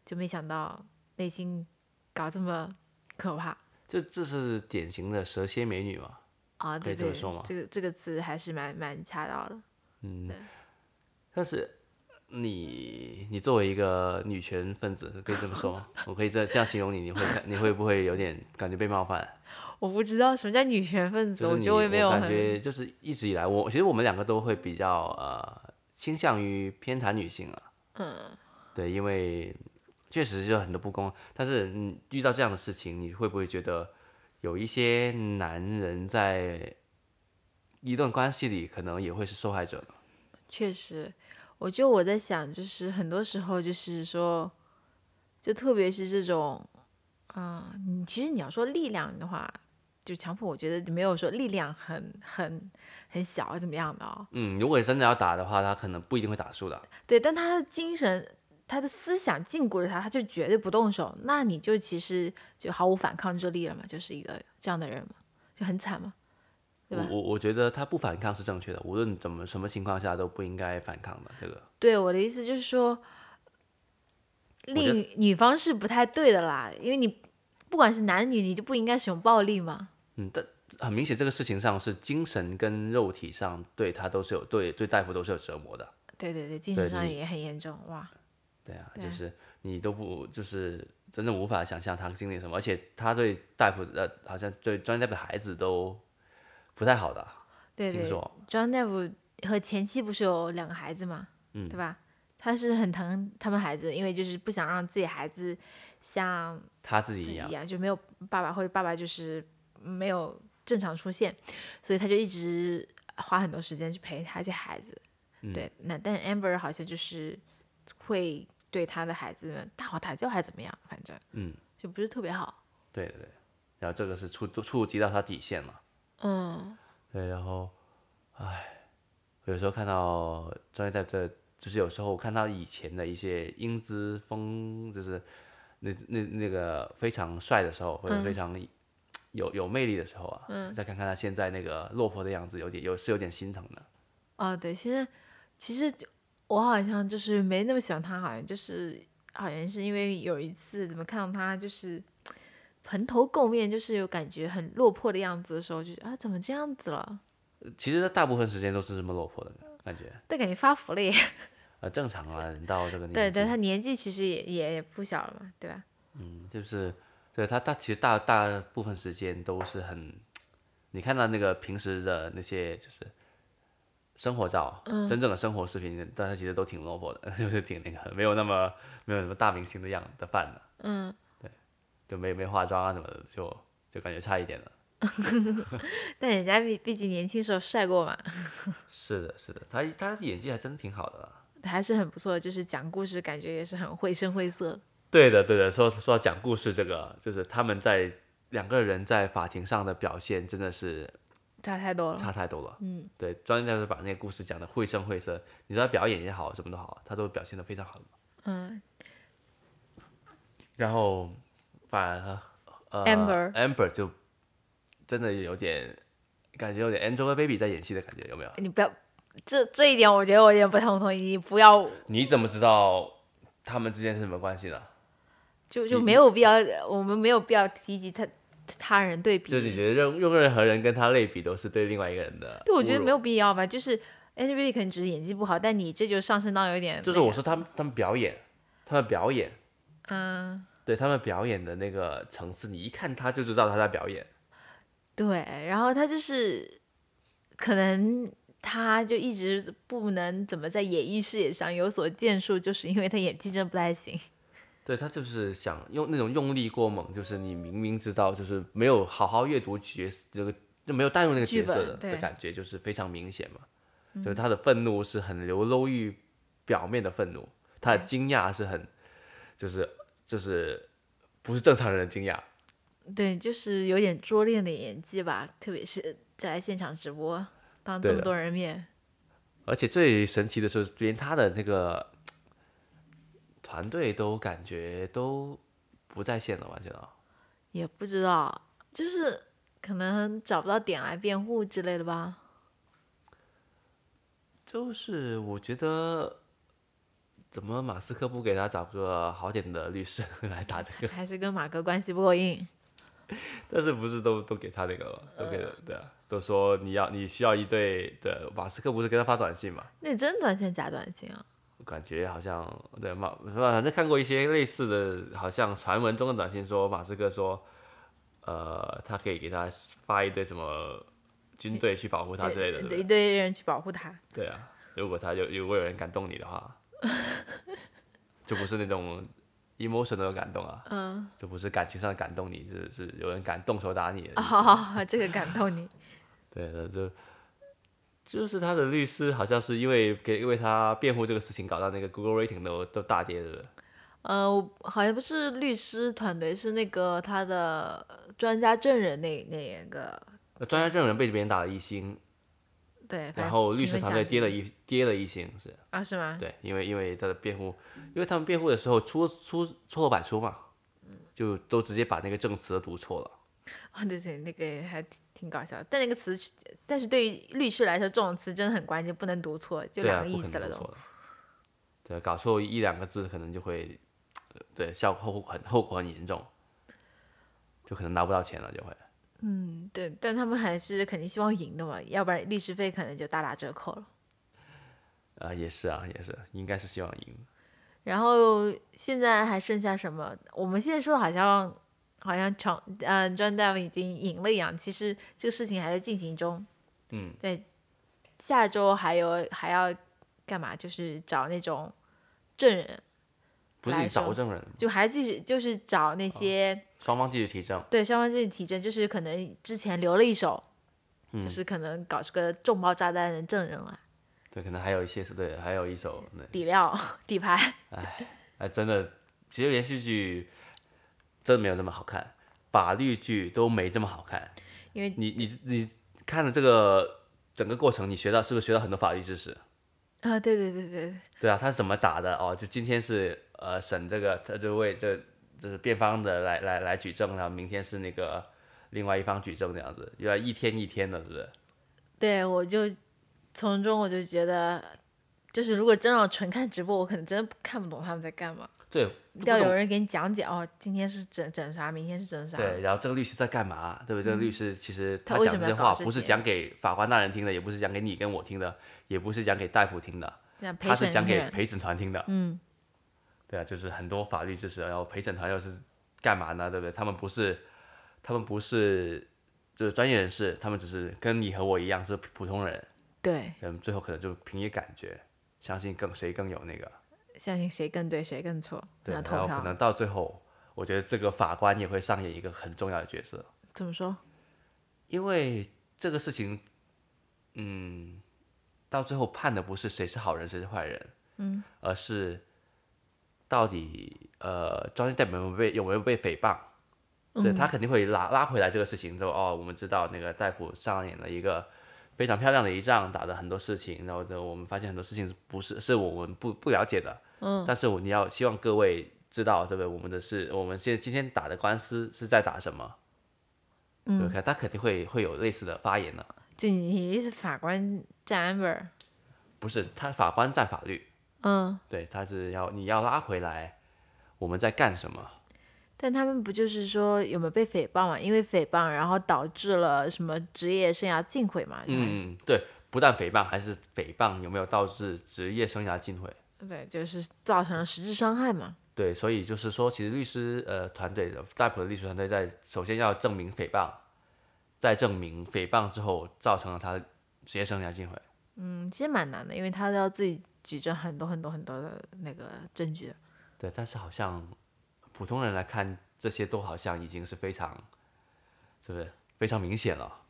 B: 就没想到内心搞这么可怕
A: 就这是典型的蛇蝎美女嘛。
B: 啊！
A: 可以
B: 对
A: 这么
B: 对，
A: 说吗
B: 这个这个词还是蛮蛮恰到的。
A: 嗯但是你你作为一个女权分子，可以这么说吗？ 我可以这这样形容你，你会看你会不会有点感觉被冒犯？
B: 我不知道什么叫女权分子，
A: 就是
B: 我
A: 你
B: 觉得我也没有
A: 感
B: 很
A: 觉就是一直以来，我其实我们两个都会比较呃倾向于偏袒女性啊。嗯，对，因为确实就很多不公，但是你遇到这样的事情，你会不会觉得有一些男人在一段关系里可能也会是受害者的。
B: 确实，我就我在想，就是很多时候就是说，就特别是这种，嗯、你其实你要说力量的话，就强迫，我觉得没有说力量很很很小怎么样的哦。
A: 嗯，如果真的要打的话，他可能不一定会打输的。
B: 对，但他的精神、他的思想禁锢着他，他就绝对不动手，那你就其实就毫无反抗之力了嘛，就是一个这样的人嘛，就很惨嘛，对
A: 我
B: 吧？
A: 我我觉得他不反抗是正确的，无论怎么什么情况下都不应该反抗的。这个
B: 对，我的意思就是说，
A: 我觉得
B: 另女方是不太对的啦，因为你不管是男女，你就不应该使用暴力嘛。
A: 嗯很明显，这个事情上是精神跟肉体上对他都是有对对大夫都是有折磨的。
B: 对对对，精
A: 对
B: 神上
A: 你
B: 也很严重哇。
A: 对啊，
B: 对
A: 就
B: 啊
A: 是你都不就是真的无法想象他经历什么，而且他对大夫呃好像对专家的孩子都不太好的，
B: 对
A: 听
B: 对
A: 说
B: ，John Depp 和前妻不是有两个孩子嘛，
A: 嗯
B: 对吧？他是很疼他们孩子，因为就是不想让自己孩子像
A: 他自己
B: 自
A: 一
B: 己
A: 样
B: 一。样，就没有爸爸，或者爸爸就是没有正常出现，所以他就一直花很多时间去陪他这孩子。
A: 嗯
B: 对，那但 Amber 好像就是会对他的孩子们大吼大叫，还是怎么样，反正
A: 嗯，
B: 就不是特别好。
A: 对对对，然后这个是触触及到他底线了。
B: 嗯，
A: 对，然后，唉，有时候看到专业代的，就是有时候看到以前的一些英姿风，就是那那那个非常帅的时候，或者
B: 嗯
A: 非常有有魅力的时候啊，再看看他现在那个落魄的样子，有点有是有点心疼的。
B: 哦，对，现在其实我好像就是没那么喜欢他，好像就是好像是因为有一次怎么看到他就是蓬头垢面，就是有感觉很落魄的样子的时候，就是啊，怎么这样子了？
A: 其实他大部分时间都是这么落魄的感觉，
B: 但感觉发福了耶。
A: 呃，正常啊，人到这个年纪，
B: 对，但他年纪其实也也也不小了嘛，对吧？
A: 就是对他大其实大大部分时间都是很，你看到那个平时的那些就是生活照，真正的生活视频，但他其实都挺落魄的， 就是挺那个没有那么没有什么大明星的样的范的，嗯，对，就没没化妆啊什么的，就就感觉差一点了。
B: 但人家毕毕竟年轻时候帅过嘛，
A: 是的，是的，他他演技还真挺好的啦。
B: 还是很不错的，就是讲故事感觉也是很绘声绘色的。
A: 对的，对的。说说到讲故事这个，就是他们在两个人在法庭上的表现，真的是
B: 差太多了。
A: 差太多了。嗯，对，专业就是把那个故事讲的绘声绘色，你说他表演也好，什么都好，他都表现的非常好。
B: 嗯，
A: 然后反而呃
B: Amber
A: Amber 就真的有点感觉有点 Angelababy 在演戏的感觉，有没有？
B: 你不要这这一点，我觉得我有点不太同意。你不要
A: 你怎么知道他们之间是什么关系的？
B: 就就没有必要，我们没有必要提及他他人对比。
A: 就是你觉得用用任何人跟他类比，都是对另外一个人的。
B: 对，我觉得没
A: 有。
B: 有必要吧。就是 Angelababy 可能只是演技不好，但你这就上升到有点、
A: 就是我，说他们他们表演，他们表演，
B: 嗯，
A: 对他们表演的那个层次，你一看他就知道他在表演。
B: 对，然后他就是可能他就一直不能怎么在演艺事业上有所建树，就是因为他演技真的不太行。
A: 对他就是想用那种用力过猛，就是你明明知道就是没有好好阅读角色这个就没有带入那个角
B: 剧本
A: 色的
B: 对嗯
A: 的感觉，就是非常明显嘛。就是他的愤怒是很流露于表面的愤怒，他的惊讶是很就是就是不是正常人的惊讶。
B: 对，就是有点拙劣的演技吧，特别是在现场直播当
A: 对
B: 这么
A: 的
B: 多人面，
A: 而且最神奇的是，连他的那个团队都感觉都不在线了，完全啊。
B: 也不知道就是可能找不到点来辩护之类的吧。
A: 就是我觉得，怎么马斯克不给他找个好点的律师 来打这个？
B: 还是跟马哥关系不够硬，
A: 但是不是都都给他那个了吗？都给了，对啊，都说你要你需要一对对，马斯克不是给他发短信嘛？
B: 那真短线假短信啊？
A: 感觉好像对马，反正看过一些类似的，好像传闻中的短信说马斯克说，呃，他可以给他发一堆什么军队去保护啊他之类的，对不
B: 对一
A: 对
B: 堆人去保护他。
A: 对啊，如果他有如果有人感动你的话，就不是那种 emotional 的感动啊，
B: 嗯，
A: 就不是感情上的感动
B: 啊
A: 你，是是有人敢动手打你的意思。
B: 哦，这个感动你。
A: 对的，就就是他的律师好像是因为给为他辩护这个事情，搞到那个 Google rating 都都大跌的了。
B: 呃，我好像不是律师团队，是那个他的专家证人那那个，
A: 那专家证人被别人打了一星，
B: 对，
A: 然
B: 反正
A: 后律
B: 评
A: 师
B: 分
A: 团
B: 奖
A: 队跌了一跌了一星，是
B: 啊，是吗？
A: 对，因为因为他的辩护，因为他们辩护的时候出出错漏百出嘛，就都直接把那个证词读错了。
B: 啊，对对，那个还挺挺搞笑的，但那个词，但是对于律师来说，这种词真的很关键，不能读错，就
A: 对啊，
B: 两个
A: 不
B: 意
A: 可
B: 思了
A: 能
B: 都。
A: 错的。对，搞错一两个字可能就会，呃对，效果后果很后果很严重，就可能拿不到钱了，就会。
B: 嗯，对，但他们还是肯定希望赢的嘛，要不然律师费可能就大打折扣了。
A: 啊、也是啊，也是，应该是希望赢。
B: 然后现在还剩下什么？我们现在说好像好像闯，嗯、呃，专大夫已经赢了一样，其实这个事情还在进行中。
A: 嗯，
B: 对，下周还有还要干嘛？就是找那种证人，
A: 不是
B: 来
A: 你找
B: 说
A: 证人，
B: 就还继续就是找那些、
A: 双方继续提证。
B: 对双方这里提证，就是可能之前留了一手，就是可能搞出个重包炸弹的证人来
A: 对，可能还有一些是对，还有一首那
B: 底料 底牌。
A: 哎，真的，其实连续剧真的没有这么好看，法律剧都没这么好看。
B: 因为
A: 你你你看了这个整个过程，你学到是不是学到很多法律知识？
B: 啊，对对对对，
A: 对啊，他是怎么打的？哦，就今天是呃审这个，他就为这就是辩方的来来来举证，然后明天是那个另外一方举证这样子，原来一天一天的，是不是？
B: 对我就从中我就觉得，就是如果真让我纯看直播，我可能真的看不懂他们在干嘛，
A: 对，
B: 一
A: 不
B: 定要有
A: 懂
B: 人给你讲解哦，今天是整整啥，明天是整啥。
A: 对，然后这个律师在干嘛，对不对？这个律师其实
B: 他
A: 他
B: 为
A: 讲
B: 什
A: 这
B: 么
A: 些
B: 要搞
A: 话
B: 这
A: 不是
B: 些
A: 讲给法官大人听的，也不是讲给你跟我听的，也不是讲给戴普听的，
B: 那陪
A: 他是
B: 审
A: 讲给
B: 人
A: 陪审团听的。
B: 嗯，
A: 对啊，就是很多法律知识，然后陪审团又是干嘛呢？对不对？他们不是，他们不是就是专业人士，他们只是跟你和我一样是普通人，
B: 对，
A: 嗯，最后可能就凭一感觉，相信更谁更有那个，
B: 相信谁更对谁更错，
A: 对，
B: 那
A: 然
B: 投
A: 后可
B: 票
A: 能到最后，我觉得这个法官也会上演一个很重要的角色。
B: 怎么说？
A: 因为这个事情，嗯，到最后判的不是谁是好人谁是坏人，嗯，而是到底呃，Johnny Depp 有没有被有没有被诽谤？对他肯定会拉拉回来这个事情，说哦，我们知道那个戴普上演了一个非常漂亮的一仗，打了很多事情，然后就我们发现很多事情是不是是我们不不了解的，嗯，但是我你要希望各位知道，对不对？我们的是我们现今天打的官司是在打什么？对，可他肯定会会有类似的发言的，
B: 就你是法官站 amber，
A: 不是他法官站法律，
B: 嗯，
A: 对，他是要你要拉回来，我们在干什么？
B: 但他们不就是说有没有被诽谤嘛？因为诽谤，然后导致了什么职业生涯尽毁嘛？
A: 嗯，嗯对，不但诽谤，还是诽谤有没有导致职业生涯尽毁？
B: 对，就是造成了实质伤害嘛。
A: 对，所以就是说，其实律师呃团队的戴普的律师团队在首先要证明诽谤，再证明诽谤之后造成了他职业生涯尽毁。
B: 嗯，其实蛮难的，因为他都要自己举证很多很多很多的那个证据。
A: 对，但是好像普通人来看，这些都好像已经是非常，是不是非常明显了？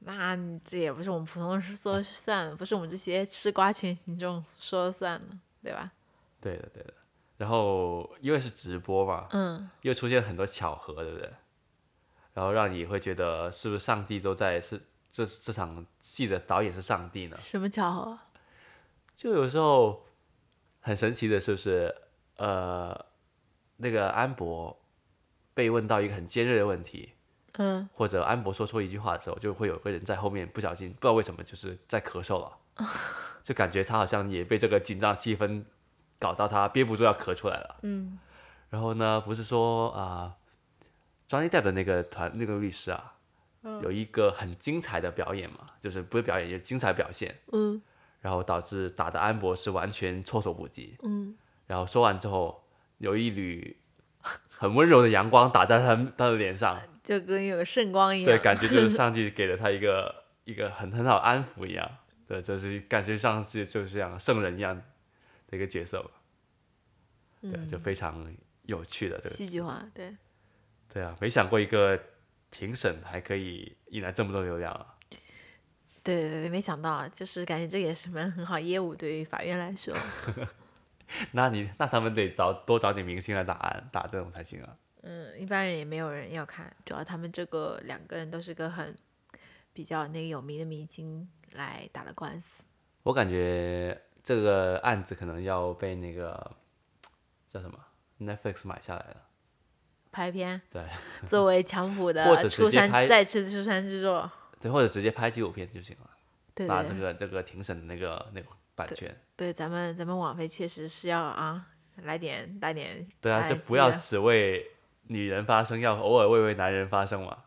B: 那你这也不是我们普通人说算的，不是我们这些吃瓜群群众说算的，对吧？
A: 对的，对的。然后因为是直播嘛，
B: 嗯，
A: 又出现很多巧合，对不对？然后让你会觉得是不是上帝都在是这这场戏的导演是上帝呢？
B: 什么啊巧合？
A: 就有时候很神奇的，是不是？呃，那个安博被问到一个很尖锐的问题，
B: 嗯，
A: 或者安博说错一句话的时候，就会有个人在后面不小心不知道为什么就是在咳嗽了，就感觉他好像也被这个紧张气氛搞到他憋不住要咳出来了。嗯，然后呢，不是说啊、专 j o h n n y Depp 的那个团那个律师啊，有一个很精彩的表演嘛，就是不是表演，就是精彩表现。嗯，然后导致打的安博是完全措手不及。嗯，然后说完之后，有一缕很温柔的阳光打在他他的脸上。
B: 就跟有个圣光一样。
A: 对，感觉就是上帝给了他一个一个很很好安抚一样。对，就是感觉上是就是这样圣人一样的一个角色吧。对，就非常有趣的这个。
B: 戏剧化，对。
A: 对啊，没想过一个庭审还可以引来这么多流量啊！
B: 对对对，没想到，啊就是感觉这也是门很好业务，对于法院来 说，
A: 那你那他们得找多找点明星来打案打这种才行啊。
B: 嗯，一般人也没有人要看，主要他们这个两个人都是个很比较那个有名的明星来打的官司，
A: 我感觉这个案子可能要被那个叫什么 Netflix 买下来了。
B: 拍片，
A: 对，
B: 作为强辅的
A: 或者直
B: 出
A: 接
B: 山
A: 拍
B: 再次出山之作，
A: 对，或者直接拍纪录片就行了，
B: 对
A: 拿
B: 对
A: 这
B: 对
A: 个这个庭审的那个那个版权。
B: 对，咱们咱们网飞确实是要啊，来点来点，
A: 对啊，
B: 哎
A: 就不要
B: 这个
A: 只为女人发声，要偶尔为为男人发声 嘛，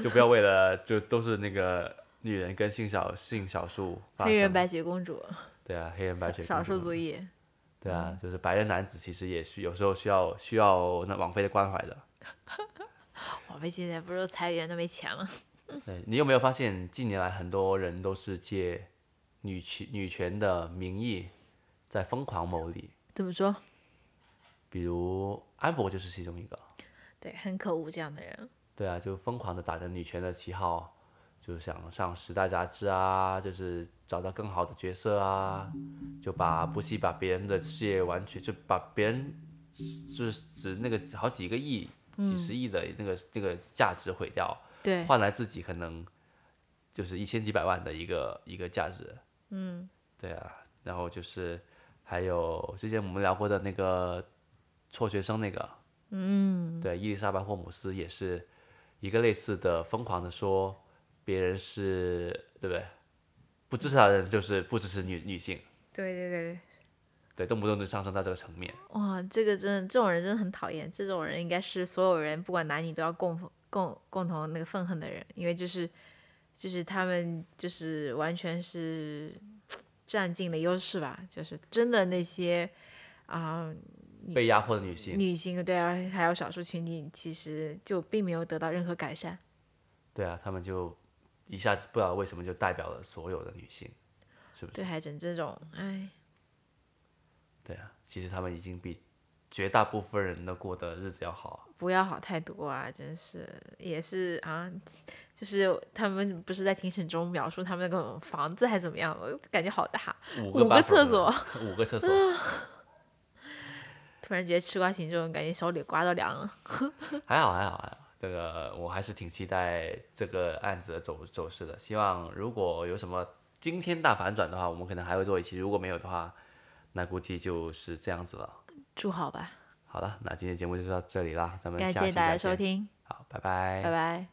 A: 就不要为了就都是那个女人跟性少性少数发
B: 黑人
A: 声。
B: 白雪公主，
A: 对啊，黑人白
B: 少
A: 雪
B: 少
A: 公
B: 数
A: 主
B: 族
A: 嘛。
B: 裔，
A: 对啊，就是白人男子其实也需有时候需要需要那网飞的关怀的。
B: 网飞现在不是裁员都没钱了，
A: 对你有没有发现近年来很多人都是借女权女权的名义在疯狂牟利？
B: 怎么说？
A: 比如安博就是其中一个。
B: 对，很可恶这样的人。
A: 对啊，就疯狂的打着女权的旗号，就想上时代杂志啊，就是找到更好的角色啊，就把不惜把别人的事业完全就把别人就是指那个好几个亿、几十亿的那个、那个价值毁掉，
B: 对，
A: 换来自己可能就是一千几百万的一个一个价值。嗯，对啊，然后就是还有之前我们聊过的那个辍学生那个，嗯，对，伊丽莎白霍姆斯也是一个类似的疯狂的说别人是对不对？不支持他的人就是不支持女女性，
B: 对对对，
A: 对，动不动就上升到这个层面。
B: 哇，这个真的，这种人真的很讨厌。这种人应该是所有人，不管男女，都要共共共同那个愤恨的人，因为就是就是他们就是完全是占尽了优势吧，就是真的那些啊、
A: 被压迫的女性，
B: 女性对啊，还有少数群体，其实就并没有得到任何改善。
A: 对啊，他们就一下子不知道为什么就代表了所有的女性，是不是？
B: 对，还整这种，哎，
A: 对啊，其实他们已经比绝大部分人都过的日子要好。
B: 不要好太多啊！真是，也是啊，就是他们不是在庭审中描述他们那个房子还怎么样，我感觉好大，
A: 五
B: 五个
A: bathroom
B: 厕所，
A: 五个厕所，
B: 突然觉得吃瓜群众，感觉手里刮都凉了。
A: 还好还好还好。这个我还是挺期待这个案子的走走势的。希望如果有什么惊天大反转的话，我们可能还会做一期；如果没有的话，那估计就是这样子了。
B: 祝好吧，
A: 好了，那今天节目就到这里啦，咱们
B: 感
A: 下
B: 谢
A: 期
B: 大
A: 再
B: 家
A: 见。哎
B: 收听，
A: 好，
B: 拜拜。